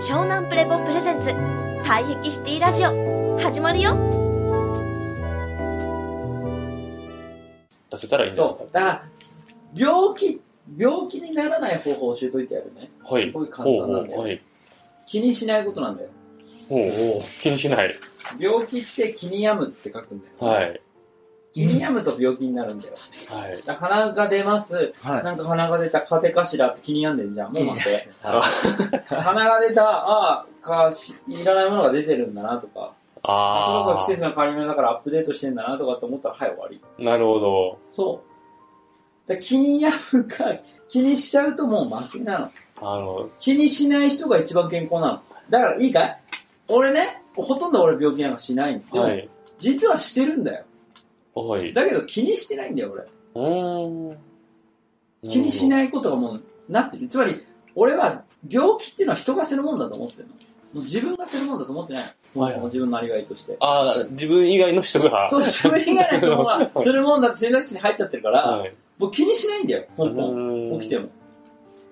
湘南プレボプレゼンツ退壁シティラジオ始まるよ出せたらいいんだよ。そう。だから、病気、病気にならない方法を教えといてやるね。はい。すごい簡単なんだよほうほうはい。気にしないことなんだよ。ほうほう気にしない。病気って気に病むって書くんだよ。はい。気に病むと病気になるんだよ。はい。だから鼻が出ます。はい。なんか鼻が出た、風邪かしらって気に病んでんじゃん。もう待って。あ 鼻が出た、ああ、かし、いらないものが出てるんだなとか、そろそろあ季節の変わり目だからアップデートしてんだなとかって思ったら、はい、終わり。ー。なるほど。そう。だから気に病むか、気にしちゃうともう負けなの。あの、気にしない人が一番健康なの。だからいいかい俺ね、ほとんど俺病気なんかしないの。でも、はい。実はしてるんだよ。はい。だけど気にしてないんだよ、俺。うーん。気にしい。ないことがもうなってる。つまり、俺は病気っていうのは人がするもんだと思ってるの。もう自分がするもんだと思ってないの。そもそも自分のありわいとして。ああ、自分以外の人が。そう、自分以外の人がするもんだって選択肢に入っちゃってるから、はい。もう気にしないんだよ、根本。起きても。も。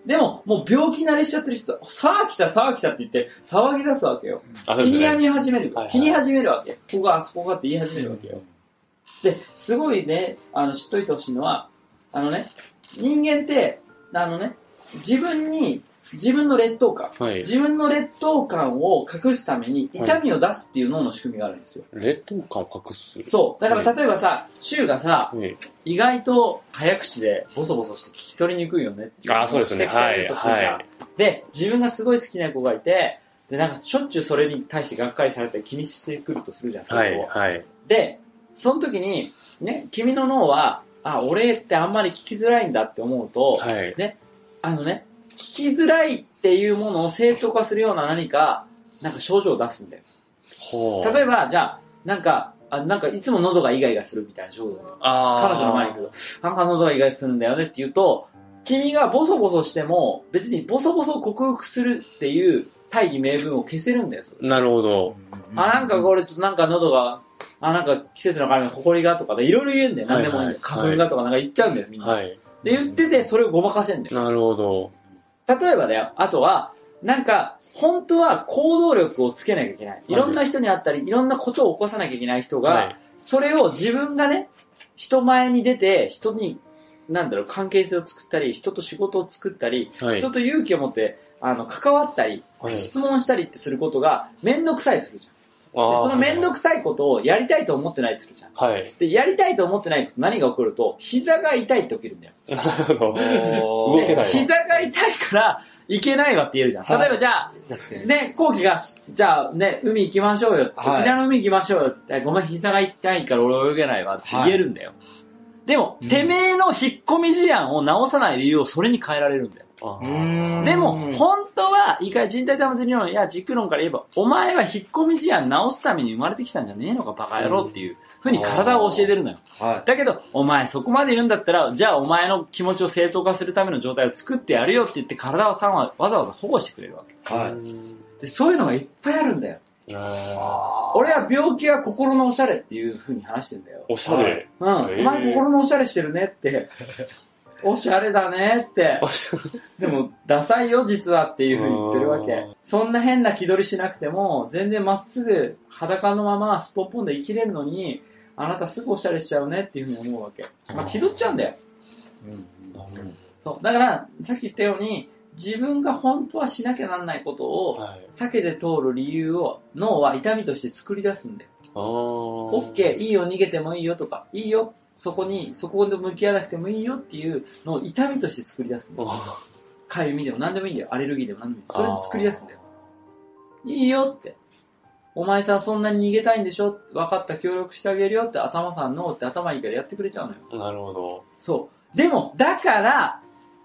でも、もう病気慣れしちゃってる人、さあ来た、さあ来たって言って、騒ぎ出すわけよ。あ気に病み始めるはいは。い気に始めるわけ。ここがあそこがって言い始めるわけよ。で、すごいね、あの、知っといてほしいのは、あのね、人間って、あのね、自分に、自分の劣等感、はい。自分の劣等感を隠すために痛みを出すっていう脳の仕組みがあるんですよ。劣等感を隠す。そう。だかはら例えばさ、柊がさ、はい。意外と早口でボソボソして聞き取りにくいよねっていあーそうですね指摘されるとするじゃはんいはいで、自分がすごい好きな子がいて、で、なんかしょっちゅうそれに対してがっかりされて気にしてくるとするじゃん、そはれい。をはい。で、その時に、ね、君の脳は、あ、俺ってあんまり聞きづらいんだって思うと、はい。あのね、聞きづらいっていうものを正当化するような何か、なんか症状を出すんだよ。ほう。例えば、ば、じゃあ、なんか、あなんかいつも喉がイガイガするみたいな症状だよ。あー彼女の前に行くと、なんか喉が意外するんだよねって言うと、君がボソボソしても、別にボソボソ克服するっていう大義名分を消せるんだよ、それなるほど。あ、なんかこれちょっとなんか喉が、あ、なんか季節の変わり目、埃がとかで、いろいろ言うんだよ。なんでもいいんだよ。はいはい花粉がとかなんか言っちゃうんだよ、みんな。はい。で、言ってて、それをごまかせんだよ。なるほど。例えばだよ、あとは、なんか、本当は行動力をつけなきゃいけない。いろんな人に会ったり、いろんなことを起こさなきゃいけない人が、はい。それを自分がね、人前に出て、人に、なんだろう、関係性を作ったり、人と仕事を作ったり、はい。人と勇気を持って、あの、関わったり、はい質問したりってすることが、めんどくさいとするじゃん。でそのめんどくくさいことをやりたいと思ってないとするじゃん。はい。 で、やりたいと思ってないと何が起こると、膝が痛いって起きるんだよ。なるほど。動動けないわで膝が痛いから、いけないわって言えるじゃん。例えばじゃあ、ね、後期が、じゃあね、海行きましょうよって、はい沖縄の海行きましょうよって、ごめん、膝が痛いから俺泳げないわって言えるんだよ。でも、うんてめえの引っ込み事案を直さない理由をそれに変えられるんだよ。あうーーんでも、本当は、いいかい人体端末理論や軸論から言えば、お前は引っ込み事案直すために生まれてきたんじゃねえのか、バカ野郎っていうふうに体を教えてるのよ。はだけど、お前そこまで言うんだったら、じゃあお前の気持ちを正当化するための状態を作ってやるよって言って、体をさんはわざわざ保護してくれるわけ。い。はい。で、そういうのがいっぱいあるんだよ。あ俺は病気は心のおしゃれっていう風に話してんだよー。おしゃれ。うん。おへー前心のおしゃれしてるねって。 おしゃれだねってお。しゃれ。でも、ダサいよ実はっていう風に言ってるわうけ。そんな変な気取りしなくても、全然まっすぐ裸のままスポッポンで生きれるのに、あなたすぐおしゃれしちゃうねっていう風に思うわけ。まあ、気取っちゃうんだよ。そう。だから、さっき言ったように、自分が本当はしなきゃなんないことを、はい。避けて通る理由を、脳は痛みとして作り出すんだよ。あーオッケー、いいよ、逃げてもいいよとか、いいよ、そこに、そこで向き合わなくてもいいよっていうのを痛みとして作り出すんだよ。あかゆみでも何でもいいんだよ。アレルギーでも何でもいい。ーそれで作り出すんだよ。いいよって。お前さ、そんなに逃げたいんでしょ分かった、協力してあげるよって頭さんのって頭いいからやってくれちゃう のよ。なるほど。そう。でも、だから、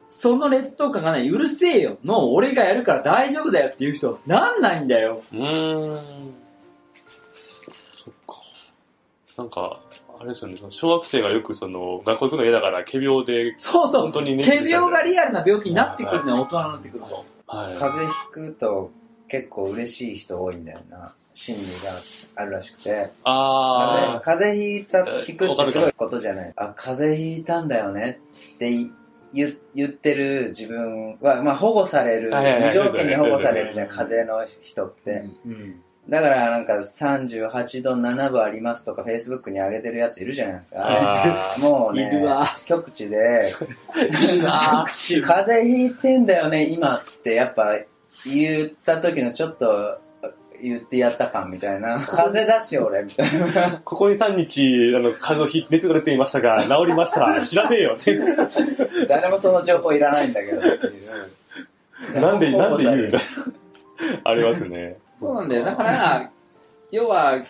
その劣等感がない、うるせえよの俺がやるから大丈夫だよっていう人はなんないんだよ。うーん。そっか。なんか、あれですよね、その小学生がよくその、学校行くの嫌だから、仮病で、そうそ本う。当にね。仮病がリアルな病気になってくるのは大人になってくると。は風邪ひくと結構嬉しい人多いんだよな。心理があるらしくて。い。あ風邪風邪ひいた、ひくわっかてるすごいことじゃない。あ、風邪ひいたんだよねって言言ってる自分は、まあ、保護される、はいはいはい無条件に保護されるじゃん、そうだ風邪の人って。うん。だから、なんか、38度7分ありますとか、Facebook に上げてるやついるじゃないですか。あーもういね、るわ。極地で、いいな風邪ひいてんだよね、今って、やっぱ、言った時のちょっと、言ってやった感みた いな。風邪だし、俺、みたいな。ここに3日、あの、風邪をひ、熱が出ていましたが、治りました。知らねえよ。 誰もその情報いらないんだけど、ってい う。なんで、なんで言うんだ だ ありますね。そうなんだよ。だから、要は、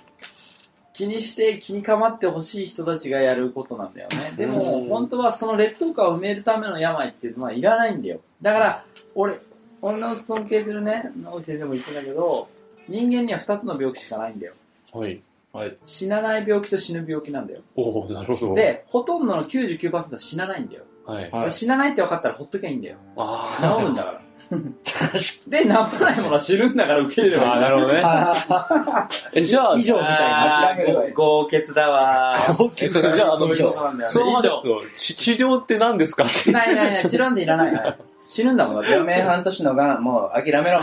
気にして気にかまってほしい人たちがやることなんだよね。でも、うん本当はその劣等感を埋めるための病っていうのはいらないんだよ。だから、俺、俺の尊敬するね、直木先生も言ってたけど、人間には2つの病気しかないんだよ。はい。はい。死なない病気と死ぬ病気なんだよ。おおなるほど。、で、ほとんどの99%は死なないんだよ。はい。はい。死なないって分かったらほっとけばいいんだよ。あ治るんだから。 で、治らないものは死ぬんだから受け入れればいいんだあー、なよるほどね。え、じゃあ、以上みたいな。あ諦めればいーい。豪傑だわー。豪傑だねじゃああのそうなんだよねそうなんで以すよ。ち治療って何です かって上。ないないない、チロンでいらない。死ぬんだもん、だって余命半年のが、もう諦 めろ。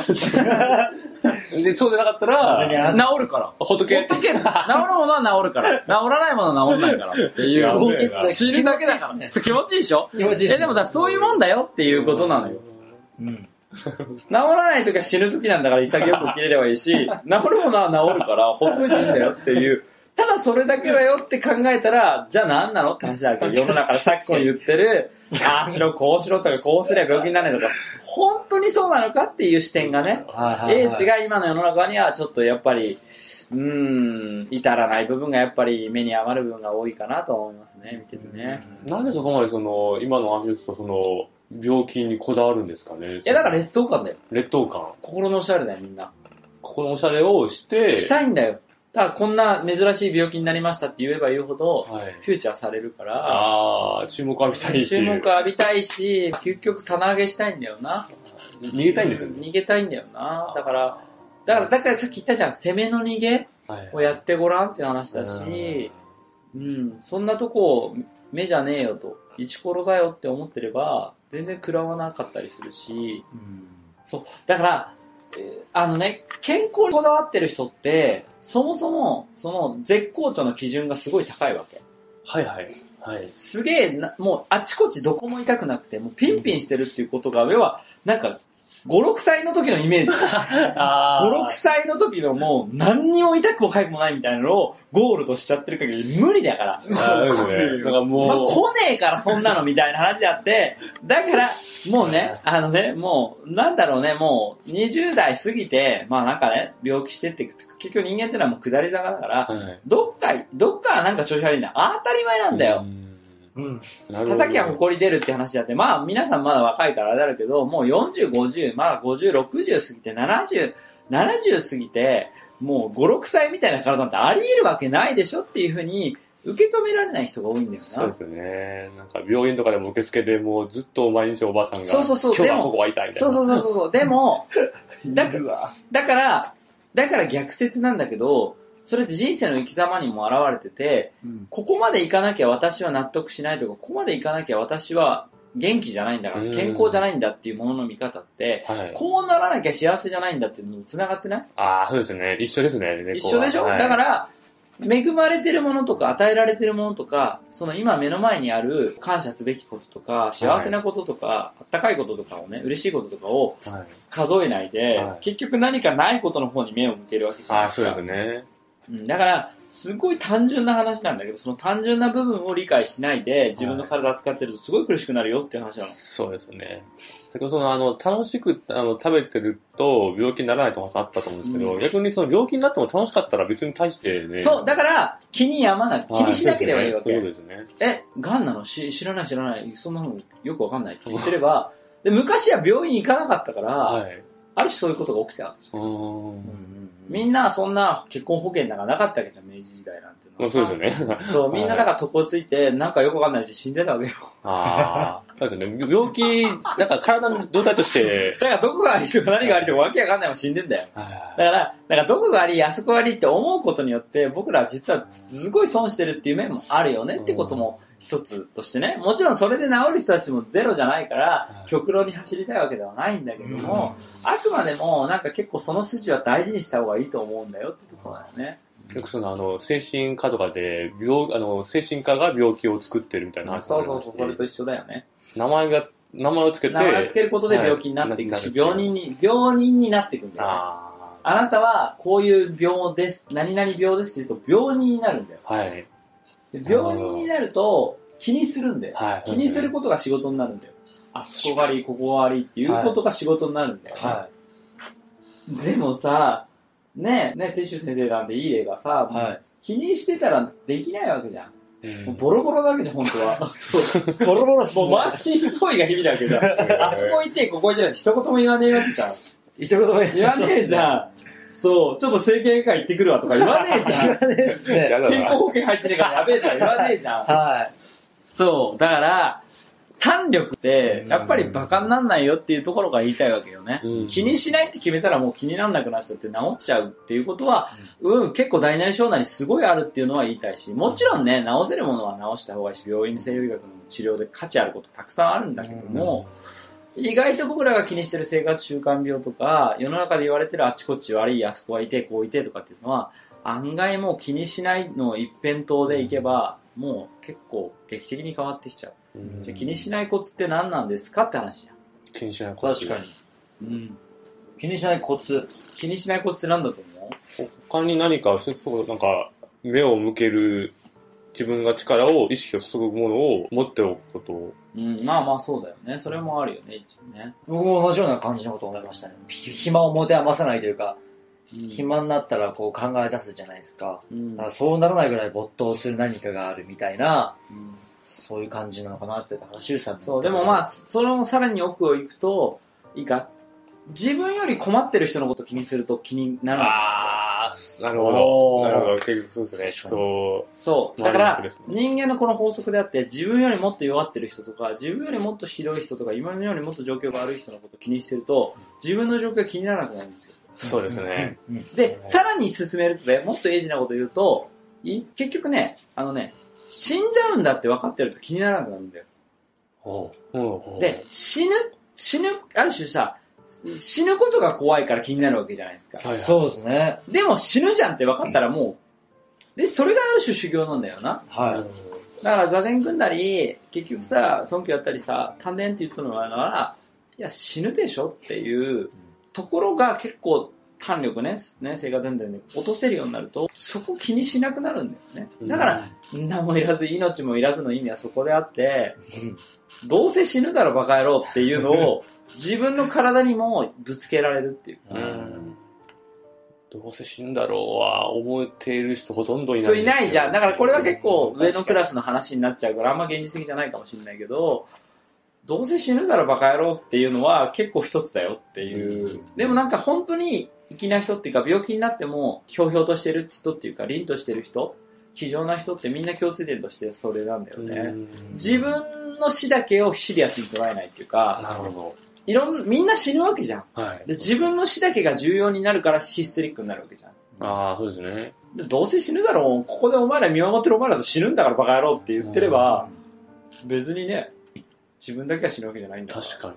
で、そうじゃなかったら、治るから。仏。ほっとけ治るものは治るから。治らないものは治んないから。っていやう。べえな死ぬだけだから。そう気持ちいいでしょ気持ちいいっすえ、でもだ、そういうもんだよっていうことなのよ。うん。治らない時は死ぬ時なんだから潔く受け入れれば いいし、治るものは治るから、ほっといていいんだよっていう。ただそれだけだよって考えたら、じゃあ何なのって話だ けど、世の中でさっき言ってる、ああしろ、こうしろとか、こうすりゃ病気にならないとか、本当にそうなのかっていう視点がね、はいはい、英はい。知が今の世の中にはちょっとやっぱり、うーん、至らない部分がやっぱり目に余る部分が多いかなと思いますね、見ててね。なんでそこまでその、今の話ですと、その、病気にこだわるんですかね。いや、だから、劣等感だよ。劣等感。心のおしゃれだよ、みんな。ここのおしゃれをして、したいんだよ。ただこんな珍しい病気になりましたって言えば言うほど、はい。フューチャーされるから、あー、注目浴びたいって注い目う。浴びたいし、究極棚上げしたいんだよな。逃げたいんですよね。逃げたいんだよな。だから、だから、だからさっき言ったじゃん、攻めの逃げはい。をやってごらんって話だし、うん、そんなとこ目じゃねえよと、イチコロだよって思ってれば、全然食らわなかったりするし、そう、だから、えーあのね、健康にこだわってる人って、そもそも、その絶好調の基準がすごい高いわけ。はいはい。はい。すげえな、もうあちこちどこも痛くなくて、もうピンピンしてるっていうことが、要は、なんか、5、6歳の時のイメージ。あ5、6歳の時のもう、何にも痛くもかゆくもないみたいなのをゴールドしちゃってる限り無理だから。あーですね。なんかまあ、もう、来ねえからそんなのみたいな話であって、だから、もうね、あのね、もう、なんだろうね、もう、20代過ぎて、まあなんかね、病気してって、結局人間ってのはもう下り坂だから、はい。どっか、どっかなんか調子悪いんだ。あ当たり前なんだよ。うん。なるほど。叩きは埃出るって話だって、まあ皆さんまだ若いからあれだろうけど、もう40、50、まだ50、60過ぎて、70、70過ぎて、もう5、6歳みたいな体なんてあり得るわけないでしょっていうふうに、受け止められない人が多いんだよそうなで。すよね。なんか病院とかでも受付でもうずっと毎日おばあさんが、そうそうそう今日ではもここが痛いみたいな。そうそうそうそうそう。でも、だいるわ。だから、だから逆説なんだけど、それって人生の生き様にも現れてて、うん。ここまでいかなきゃ私は納得しないとか、ここまでいかなきゃ私は元気じゃないんだから、うん健康じゃないんだっていうものの見方って、はい。こうならなきゃ幸せじゃないんだっていうのに繋がってないああ、そうですね。一緒ですね。猫一は緒でしょ、はいだから、恵まれてるものとか与えられてるものとか、その今目の前にある感謝すべきこととか、幸せなこととか、あったかいこととかをね、嬉しいこととかをはい、数えないで、はい結局何かないことの方に目を向けるわけじゃないああ、でそすうでか。すね。うんだから、すごい単純な話なんだけど、その単純な部分を理解しないで、自分の体扱ってるとすごい苦しくなるよっていう話なの。そうですね。だけどその、あの、楽しく、あの、食べてると病気にならないとかあったと思うんですけど、うん逆にその病気になっても楽しかったら別に対してね。そう、だから、気にやまない。気はいにしなければいいわけ。そうですね。え、癌なのし知らない知らない。そんなのよくわかんないって言ってれば、で昔は病院行かなかったから、はい。ある種そういうことが起きたわけじゃうないですかーうんん。みんなそんな結婚保険なんかなかったわけじゃん、明治時代なんてのまあはそうですよね。そう、みんなだから床ついて、なんかよくわかんないで死んでたわけよ。 ああ。そうですよね。病気、なんか体の状態として、だからどこが悪いとか何が悪いとかわけわかんないもん死んでんだよ。だはから、だからどこが悪い、あそこが悪いって思うことによって、僕らは実はすごい損してるっていう面もあるよねってことも一つとしてね、もちろんそれで治る人たちもゼロじゃないからう、ん極論に走りたいわけではないんだけども、あくまでもなんか結構その筋は大事にした方がいいと思うんだよってところだよね。よくその、あの、精神科とかで、病、あの、精神科が病気を作ってるみたいな話もそあうりそまうすそうし、それと一緒だよね。名前が、名前をつけて、名前をつけることで病気になっていくし、はい病人に、病人になっていくんだよね、ああなたはこういう病です、何々病ですって言うと病人になるんだよ。あ、はい、で病人になると気にするんだよ。はい。気にすることが仕事になるんだよ。あそこが悪い、ここが悪いっていうことが仕事になるんだよね、はでもさ、ねえ、ねえ、ティッシュ先生なんていい例がさ、い。はい。気にしてたらできないわけじゃん。うん、もうボロボロなわけじゃん、本当は。そう。ボロボロっすもねう満身創痍が日々なわけ じゃん。あそこ行って、ここ行って、一言も言わねえわけじゃん。一言も言わねえじゃん。そう、ちょっと整形外科行ってくるわとか言わねえじゃ 言ん。わねえっす ねや。だ健康な。保険入ってねえからやべえとか言わねえじゃん。はそう、だから、胆力って、やっぱりバカになんないよっていうところが言いたいわけよね。うん気にしないって決めたらもう気にならなくなっちゃって治っちゃうっていうことは、うん、結構大なり小なりすごいあるっていうのは言いたいし、もちろんね、治せるものは治した方がいいし、病院西洋医学の治療で価値あることたくさんあるんだけども、意外と僕らが気にしてる生活習慣病とか、世の中で言われてるあちこち悪い、あそこはいて、こういてとかっていうのは、案外もう気にしないの一辺倒でいけば、もう結構劇的に変わってきちゃう。うんじゃあ気にしないコツって何なんですかって話じゃん。気にしないい。こと。確か。に。うん。気にしないコツ。気にしないコツって何だと思う他に何か、そうなんか、目を向ける、自分が力を、意識を注ぐものを持っておくこと。うん、まあまあそうだよね。それもあるよね、一応ね。僕も同じような感じのことを思いましたね。ひ暇を持て余さないというか、暇になったらこう考え出すじゃないですか。うんだからそうならないぐらい没頭する何かがあるみたいな、うんそういう感じなのかなって、だから、シュウさんのそう、でもまあ、あ、それもさらに奥を行くと、いいか自分より困ってる人のこと気にすると気になるああ、なるほおど。ーなるほど。結局そうですね。確か人、そう。まだあからいいですね、人間のこの法則であって、自分よりもっと弱ってる人とか、自分よりもっとひどい人とか、今のよりもっと状況が悪い人のことを気にしてると、自分の状況が気にならなくなるんですよ。そうですね。うん。うんで、さらに進めるとね、もっとエイジなこと言うと、い結局ね、あのね、死んじゃうんだって分かってると気にならなくなるんだよ。おううんで、死ぬ、死ぬ、ある種さ、死ぬことが怖いから気になるわけじゃないですか。はいそうですね。でも死ぬじゃんって分かったらもう、で、それがある種修行なんだよな。はい。だから座禅組んだり、結局さ、尊敬やったりさ、丹田って言ったのはあるから、いや、死ぬでしょっていうところが結構、胆力ね、ね、生活伝伝で落とせるようになると、そこ気にしなくなるんだよね。だから、、何もいらず、命もいらずの意味はそこであって、どうせ死ぬだろバカ野郎っていうのを、自分の体にもぶつけられるっていう。うんうんどうせ死んだろうは思っている人ほとんどいない。そういないじゃん。だからこれは結構上のクラスの話になっちゃうから、あんま現実的じゃないかもしれないけど、どうせ死ぬだろバカ野郎っていうのは結構一つだよっていう。でもなんか本当に粋な人っていうか、病気になってもひょうひょうとしてる人っていうか、凛としてる人、気丈な人ってみんな共通点としてそれなんだようんね。自分の死だけをシリアスに捉えないっていうか、なるほいろん、みんな死ぬわけじゃん。ど。はい。で、自分の死だけが重要になるからヒステリックになるわけじゃん。ああ、そうですね。でどうせ死ぬだろう、ここでお前ら見守ってるお前らと死ぬんだからバカ野郎って言ってれば、別にね、自分だけは死ぬわけじゃないんだから。確かに。っ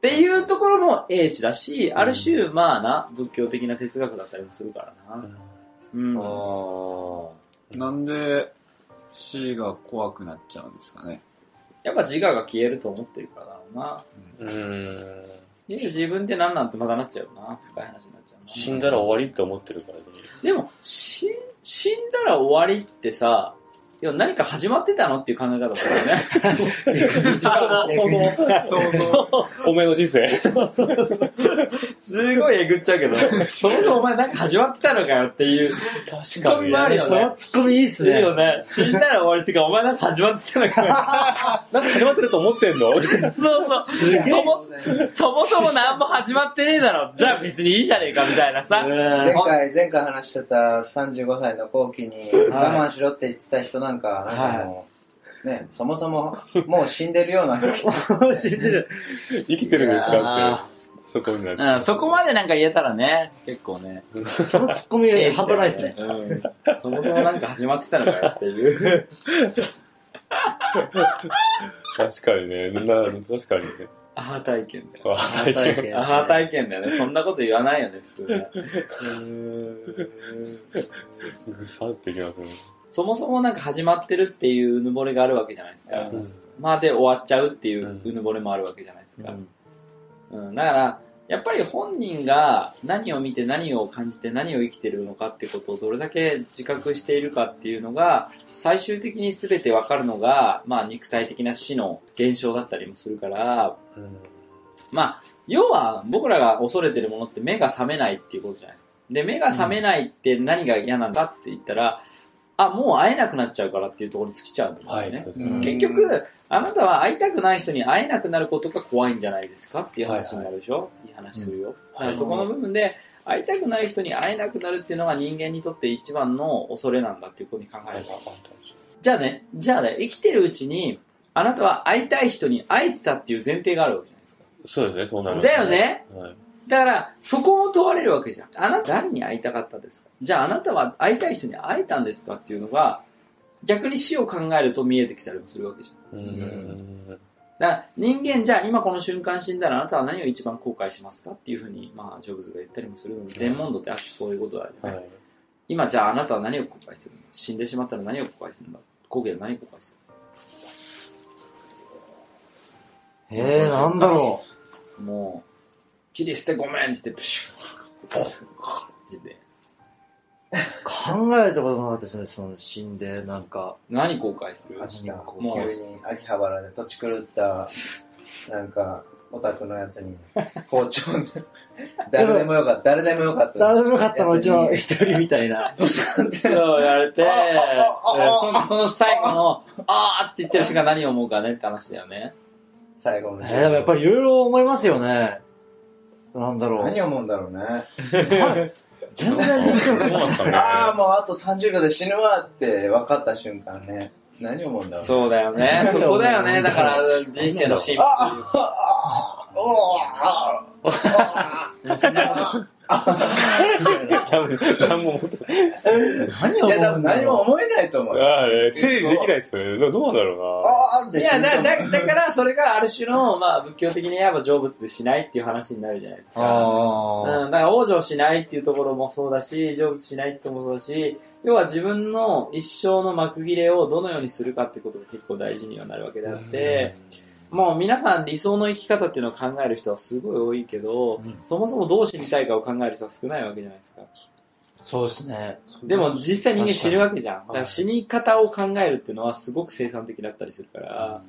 ていうところも英知だし、ある種、まあな、仏教的な哲学だったりもするからな。うん。なんで C が怖くなっちゃうんですかね。やっぱ自我が消えると思ってるからだろうな。うん。いや自分って何なんてまたなっちゃうよな。深い話になっちゃうな。死んだら終わりって思ってるからね。でも、死ん、死んだら終わりってさ、いや、何か始まってたのっていう考え方だよね。一番そのそうそ う。おめえの人生。すごいえぐっちゃうけ ど、そもそもお前なんか始まってたのかよっていう、確かにねあれそのツッコミいいっすね。よね。死んだら終わりっていうか、お前なんか始まってたのか よ。なんか始まってると思ってん のそうそう。そも、そもそも何も始まってねえだ ろ。じゃあ別にいいじゃねえかみたいなさ。うん前回、前回話してた35歳の後期に我慢しろって言ってた人なんか、なんかもう、ね、そもそももう死んでるような人。面白い生きてるんですいやかって。そこになうる。ん、そこまでなんか言えたらね、結構ね。そのツッコミえ半端ないですね。 うん。そもそもなんか始まってたのかよっていう。確かにね。な確かにね。アハ体験だよ。あ体体験。験アハ体験だよね。そんなこと言わないよね、普通は。ぐさってきますね。そもそもなんか始まってるっていううぬぼれがあるわけじゃないですか。うんまあで終わっちゃうっていううんうぬぼれもあるわけじゃないですか。うん、だから、やっぱり本人が何を見て何を感じて何を生きてるのかってことをどれだけ自覚しているかっていうのが、最終的に全てわかるのが、まあ肉体的な死の現象だったりもするから、うんまあ、要は僕らが恐れてるものって目が覚めないっていうことじゃないですか。で、目が覚めないって何が嫌なんだって言ったら、あ、もう会えなくなっちゃうからっていうところに尽きちゃうんですよね。はい。そうですねうん結局、あなたは会いたくない人に会えなくなることが怖いんじゃないですかっていう話になるでしょ、いい、話するよ。だからそこの部分で、会いたくない人に会えなくなるっていうのが人間にとって一番の恐れなんだっていうことに考えはれいば。じゃあね、じゃあね、生きてるうちに、あなたは会いたい人に会えてたっていう前提があるわけじゃないですか。そうですね、そうなりますだよね。はい。だから、そこも問われるわけじゃん。あなた、誰に会いたかったですかじゃあ、あなたは会いたい人に会えたんですかっていうのが、逆に死を考えると見えてきたりもするわけじゃん。うん。だから人間じゃあ今この瞬間死んだらあなたは何を一番後悔しますかっていうふうに、まあ、ジョブズが言ったりもするので全問答ってある種そういうことだよね、はい。今じゃああなたは何を後悔するの死んでしまったら何を後悔するんだ後悔で何を後悔すえー、なんだろるもう切り捨てごめんって言ってプシュッポンって言ってう。考えたこともなかったですね、その死んで、なんか。何後悔する明 日、もう急に秋葉原で土地狂った、なんか、オタクのやつ に、包丁で、誰でもよかった、誰でもよかった。誰でもよかったのうちの一人みたいな。そう言われて、えあああーそその最後の、あーって言ってる人が何を思うかねって話だよね。最後のえー、でもやっぱりいろいろ思いますよね。なんだろう。何思うんだろうね。全然できそうなんですかね。ああ、もうあと30秒で死ぬわって分かった瞬間ね。何思うんだろう、ね。そうだよね。 そこだよね。だから人生の進歩。おーあーおー多分、何も思ってない。 何をいや、多思分うんだ何ろもう。思えないと思うよ。ああ、ね、整理できないですよね。どどうなんだろうな。あーってい死やぬとだ思うだだからそれがある種の、まあ、仏教的に言えば成仏でしないっていう話になるじゃないですか。うん、あだから往生しないっていうところもそうだし、成仏しないってところもそうだし、要は自分の一生の幕切れをどのようにするかってことが結構大事にはなるわけであって、もう皆さん理想の生き方っていうのを考える人はすごい多いけど、そもそもどう死にたいかを考える人は少ないわけじゃないですか。あ。そうですね。でも実際人間死ぬわけじゃん。だかにから死に方を考えるっていうのはすごく生産的だったりするから、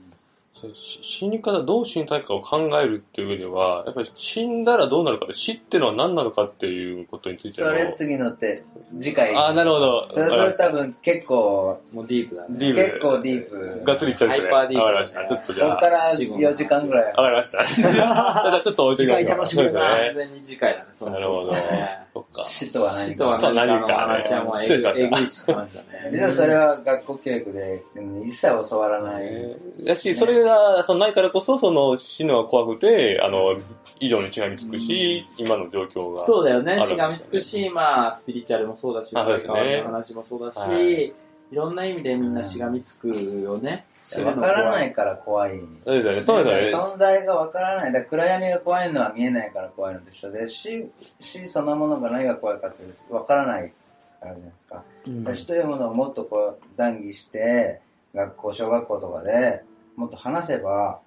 そうし死に方、どう死にたいかを考えるっていう上では、やっぱり死んだらどうなるかって、死ってのは何なのかっていうことについてのそれ次のって、次回。ああ、なるほど。それ、それ多分結構、もうディープだね。ディープ結構ディープ。がっつりいっちゃうんですね。ハイパーディーわプかりました。ちょっとじこゃっあか、ら4時間ぐらいわ。かりました。じゃあちょっとお時間が次回楽しみだなそうです完全に次回だね、そのなるほどねそっか。死とは何死とか。は何かの死話とは何はかもうえ失ぐ礼しましたえぐいし話だね。 実はそれは学校教育でうん一切教わらない。えーだし、それが、そのないからこそ、その死ぬのは怖くて、あの、医療にしがみつくし、今の状況が。そうだよねあ。るんですしよねがみつくし、まあ、スピリチュアルもそうだし、あそうですねお金の話もそうだし、、はいろんな意味でみんなしがみつくよね。知るのわ怖からないから怖い。そうですよね。そうですよね。存在がわからない。だから暗闇が怖いのは見えないから怖いのと一緒で、死、死そのものが何が怖いかってわからないからじゃないですか。うん死というものをもっとこう談義して、学校、小学校とかでもっと話せば、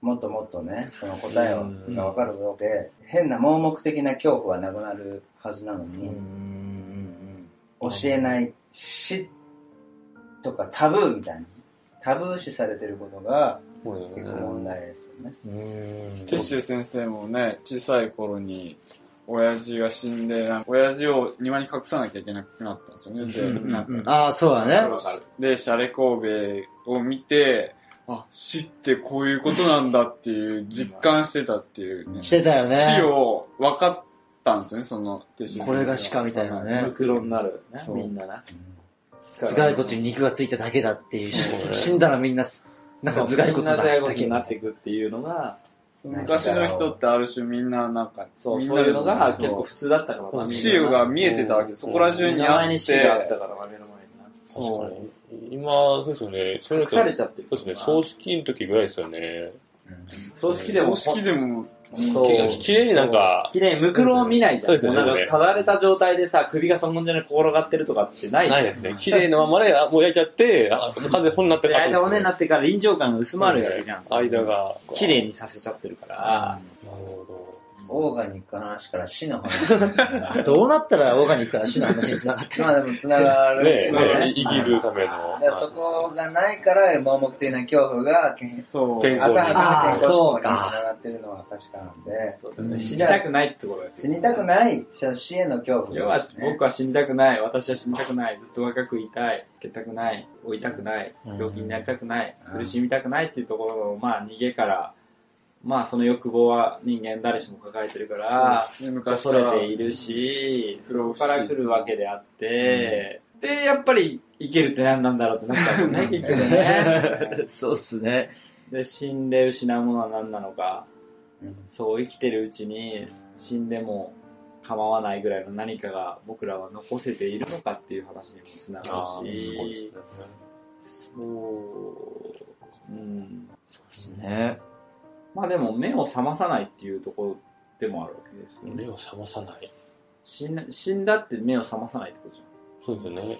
もっともっとね、その答えうをんがわかるわけで、変な盲目的な恐怖はなくなるはずなのうんうんうに、ん教えない死とかタブーみたいな、タブー視されてることがそうです結よ構ね問題ですよね。うんティッシュ先生もね、小さい頃に、親父が死んで、なんか親父を庭に隠さなきゃいけなくなったんですよね。で、なんかうんああ、そうだね。で、シャレ神戸を見て、あ、死ってこういうことなんだっていう、実感してたっていうね。してたよね。死を分かったんですよね、その、弟子先生これが鹿みたいなねムクロになるよね、そうみんなな。頭蓋骨に肉がついただけだっていうそうだね死んだらみんな、なんか頭蓋み骨んなだ頭蓋だ骨けになっていくっていうのが、昔の人ってある種みんななんか、そう、みんそなういでうのが結構そ普通だったからまたうみんな死が見えてたわうけ、んそこら中目にのあ前っに死があってた、から、目の前にな。確かに。今、そうですよね。それ隠だとされちゃってる。そうですね、葬式の時ぐらいですよね。葬式でも、式でも、そうき綺麗になんか、綺麗にムクロを見ないじゃん。そうですねもうなんか、ただれた状態でさ、首がそんじゃに転がってるとかってないじゃなんいですね。綺麗なままで、あもう焼いちゃって、あ、完全に本になってでか間をね、ねなってから臨場感が薄まるわけじゃん。間。が。綺麗にさせちゃってるから。なるほオーガニックの話から死の話。どうなったらオーガニックな死の話につながってまあでも繋がど。る。ねえ、繋がねるえ生きるためのだか。らそこがないから、盲目的な恐怖が、けんそう。健康浅はかあーな健康志そ向うにつかながってるのは確かなんで、そうだね死にたくないってことだよ死にたくない、死への恐要怖はですね、僕は死にたくない、私は死にたくない、ずっと若くいたい、受けたくない、老いたくない、うん病気になりたくない、うん苦しみたくないっていうところの、まあ逃げから、まあその欲望は人間誰しも抱えてるから、そうですね昔恐かられているし、うんそこから来るわけであって、で、やっぱり生きるって何なんだろうってなったもんね、結局ね。る。 そうっすね。で、死んで失うものは何なのか、うんそう生きてるうちに死んでも構わないぐらいの何かが僕らは残せているのかっていう話にもつなあがあ、るしそうですね。そううんね。まあでも目を覚まさないっていうところでもあるわけですよね目を覚まさない。死ん死んだって目を覚まさないってことじそうですよね。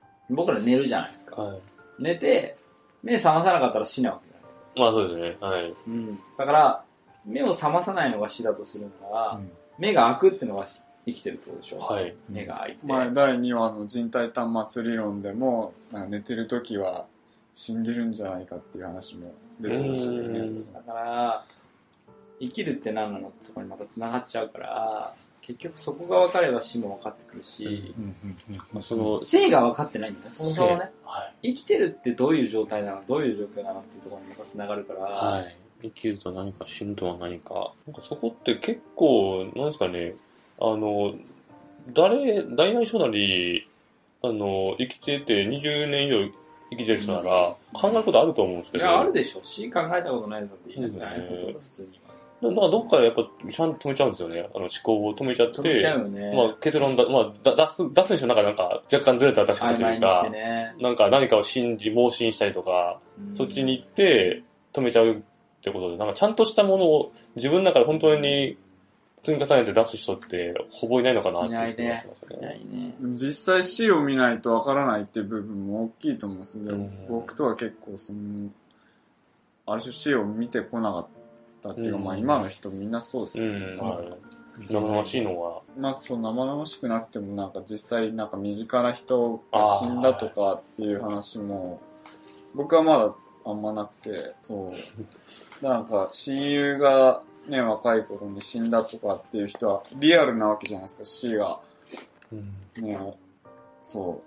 ゃん僕ら寝るじゃないですかは寝て目覚まさなかったら死なわけじゃないですか、い。まあそうですね。はい。うん、だから目を覚まさないのが死だとするなら、うん目が開くってのが生きてるってことでしょ、はい。目が開いて、前第2話の人体端末理論でも、なんか寝てる時は死んでるんじゃないかっていう話も出てましたようんね。だから、生きるって何なのってとこにまた繋がっちゃうから、結局そこが分かれば死も分かってくるし、まあその、生が分かってないんだよね、そもそもね。は生きてるってどういう状態なの、どういう状況なのっていうところにまた繋がるから、い。はい。生きると何か死ぬとは何か。なんかそこって結構、なんですかね、あの、誰、大内緒なり、あの、生きてて20年以上生きてる人なら、考えることあると思うんですけいど。や、あるでしょ。死考えたことないやつなんて言いなくない、うん普通には。ななんかどっかでやっぱ、ちゃんと止めちゃうんですよね。あの思考を止めちゃって。止めちゃうよね。まあ結論だ、まあだ出す、出すにしろなんか、なんか若干ずれた確か曖とい昧うにしてか、ね。なんか何かを信じ、盲信したりとか、うんそっちに行って止めちゃうってことで、なんかちゃんとしたものを自分の中で本当に積み重ねて出す人ってほぼいないのかなっていう気がしますいね。ないね。でも実際死を見ないとわからないっていう部分も大きいと思うんですよでもうん僕とは結構その、ある種死を見てこなかったっていうか、うんまあ今の人みんなそうですうよね。ん、はい。生々しいのは、まあそう生々しくなくてもなんか実際なんか身近な人が死んだとかっていう話も僕はまだあんまなくてそうなんか親友がね若い頃に死んだとかっていう人はリアルなわけじゃないですか死がねそ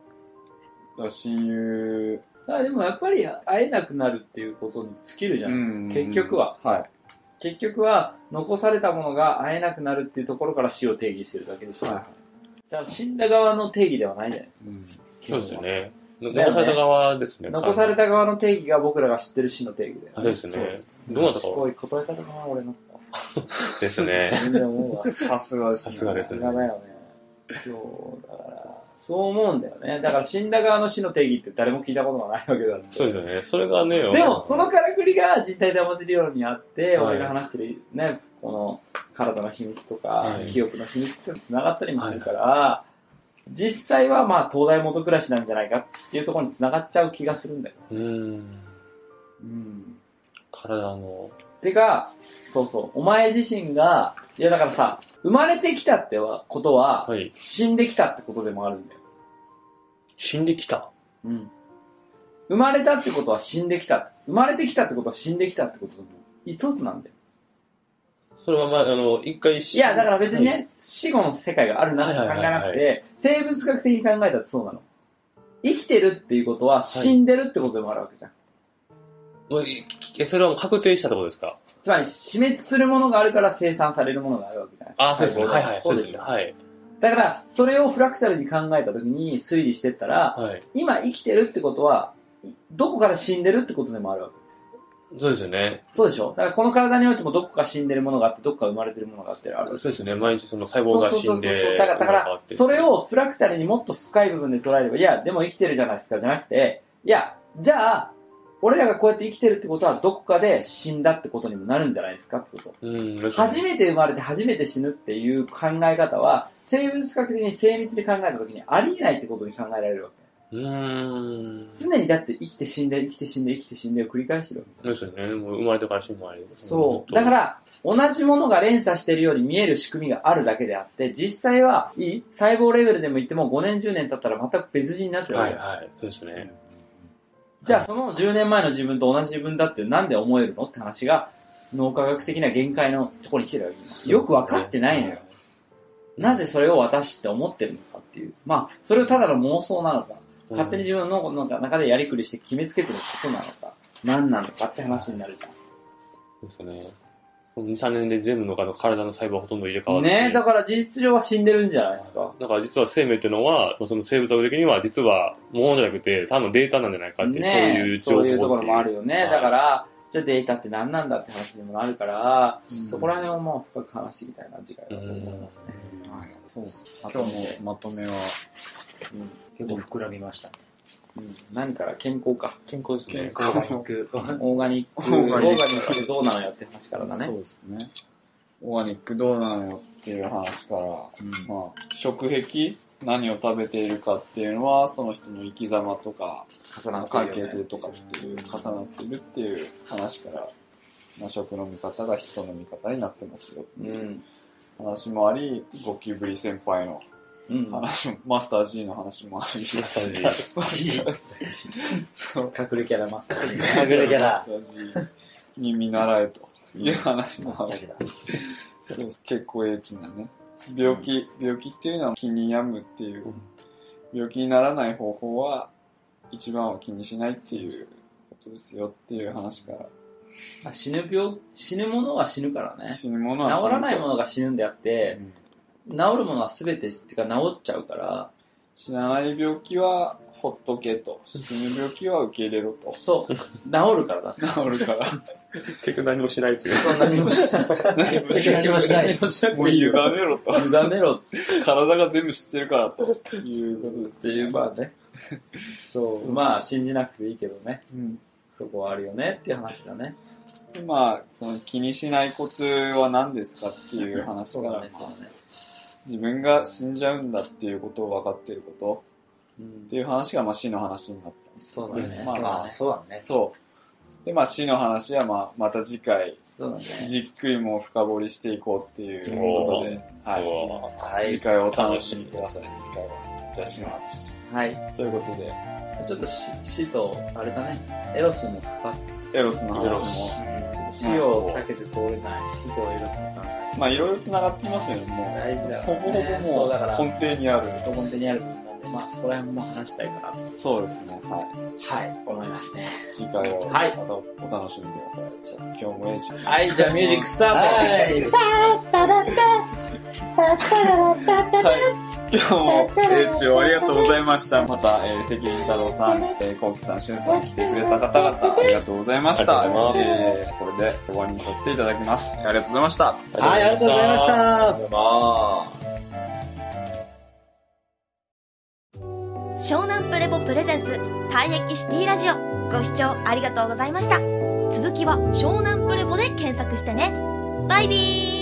うだから親友だからでもやっぱり会えなくなるっていうことに尽きるじゃないですか。結局は。はい結局は残されたものが会えなくなるっていうところから死を定義してるだけでしょ、はいだから死んだ側の定義ではないじゃないですそかうんうですよね。よね残された側ですね。残された側の定義が僕らが知ってる死の定義だよそうですねそうですどうなったすかごい答え方かな俺のです ね。全然思う わささすがですさすがですすねがだよねそうだからそう思うんだよねだから死んだ側の死の定義って誰も聞いたことがないわけだってそうですよね。それがね、でも、そのからくりが人体魂理論にあって、はい俺が話してるね、この体の秘密とか、はい記憶の秘密とつながったりもするから、実際はまあ、東大元暮らしなんじゃないかっていうところにつながっちゃう気がするんだよ。うん、うん。体の、てか、そうそう、お前自身が、いやだからさ、生まれてきたってはことは、はい、死んできたってことでもあるんだよ。死んできた。うん。生まれたってことは死んできた。生まれてきたってことは死んできたってことと一つなんだよ。それはまあ、あの、一回死いや、だから別にね、、死後の世界があるなしか考えなくはいて、生物学的に考えたらそうなの。生きてるっていうことは死んでるってことでもあるわけじゃん。はいもういえそれはもう確定したってことですかつまり、死滅するものがあるから生産されるものがあるわけじゃないああ、そうですね。はいはい、そそううでですすねね。はい。だから、それをフラクタルに考えたときに推理してったら、はい。今生きてるってことは、いどこから死んでるってことでもあるわけですよ。そうですよね。そうでしょだからこの体においてもどこか死んでるものがあって、どこか生まれてるものがあってある。そうですね。毎日その細胞が死んそうそうそうそうで、だから、だか変わらってそれ、を辛くたりにもっと深い部分で捉えれば、いや、でも生きてるじゃないですか、じゃなくて、いや、じゃあ、俺らがこうやって生きてるってことは、どこかで死んだってことにもなるんじゃないですかってこと。うん、確かに初めて生まれて初めて死ぬっていう考え方は、生物学的に精密に考えたときにありえないってことに考えられるわけ。うーん。常にだって生きて死んで、生きて死んで、生きて死んでを繰り返してるわけ。ですよね。もう生まれてから死ぬまで。そう。だか、ら、同じものが連鎖しているように見える仕組みがあるだけであって、実際は、いい細胞レベルでも言っても5年10年経ったら全く別人になってるわはけいよ。はい。そうですね。じゃあその10年前の自分と同じ自分だってなんで思えるのって話が、脳科学的な限界のところに来てるわけです。よく分かってないのよ。なぜそれを私って思ってるのかっていう。まあ、それをただの妄想なのか、うん勝手に自分の脳の中でやりくりして決めつけてることなのか、何なのかって話になるじゃん。そうですね。その2、3年で全部の体の細胞ほとんど入れ替わって。ねえ、だから事実上は死んでるんじゃないですか。だから実は生命っていうのは、その生物学的には実はものじゃなくて、単のデータなんじゃないかって、ねえ、そうそういう情報っていいうところもあるよはね。いだから、じゃあデータって何なんだって話にもなるから、そこら辺をもう深く話していきたいな、次回はと思いますね。はい、そうまと今め日てのまとめは、結構膨らみましたね。うん何から健康か。健康ですね。オーガ ニック。オーガニック、オオーーガガニックニックでどうなのよって話からだそうね。ですね。オーガニックどうなのよっていう話から、まあ、食癖何を食べているかっていうのは、その人の生き様とか、重なって関る係よね性とかっていう、重なってるっていう話から、まあ、食の見方が人の見方になってますよってう。いうん話もあり、ゴキブリ先輩のうん。話も、マスター G の話もあり、マスター G マスター G そう隠れキャラマスターに。隠れキャマラス。ター G に見習えという話もあだりけ、だそう結構エッチなね。病気、病気っていうのは気に病むっていう、うん病気にならない方法は一番は気にしないっていうことですよっていう話から、あ死ぬ病、死ぬものは死ぬからね。死ぬものは治らないもののが死ぬんであって、治るものは全て、ってか治っちゃうから、死なない病気はほっとけと、死ぬ病気は受け入れろと。そう、治るからだって。治るから、結局何もしないっていう。そんなにもし ない。何もしな何もしない 何もしなくもうてい委いねよ。ろと。委ねろっ体が全部知ってるからということです。ていう、まあね。そう、まあ信じなくていいけどね。うんそこはあるよねっていう話だね。でまあ、その気にしないコツは何ですかっていう話そかうら、だね、そうまあだね。自分が死んじゃうんだっていうことを分かっていることうってん。いう話が、まあ、死の話になっそうだね。まあまあ、そうだた。ね。そう。で、まあ、死の話は、まあ、また次回、そうだね。じっくりもう深掘りしていこうっていうことで、は。はいはい次。回お楽しみください。次回は、じゃあ死の話。はい。ということで、ちょっとし死と、あれだね。エロスも関わってエロスのエ話ロも、死を避けて通れない死とエロスの関係。まあ、いろいろ繋がっていますよね、もう。大事だほよねぼほぼもそううだから根底にある。どこにある部分なんで、まあそこら辺も話したいかなと。そうですね、はい。はい、思いますね。次回をまはいたお楽しみください。じゃあ今日もエイジはい、じゃあミュージックスタートはいはい。今日もエイチをありがとうございました。また、えー、関慎太郎さん、えー、コウキさん、シュンさん来てくれた方々、ありがとうございました。ありがとうございますえー、これで終わりにさせていただきます。ありがとうございました。はい、ありがとうございました。湘南プレボプレゼンツ退役シティラジオご視聴ありがとうございました続きは湘南プレボで検索してねバイビー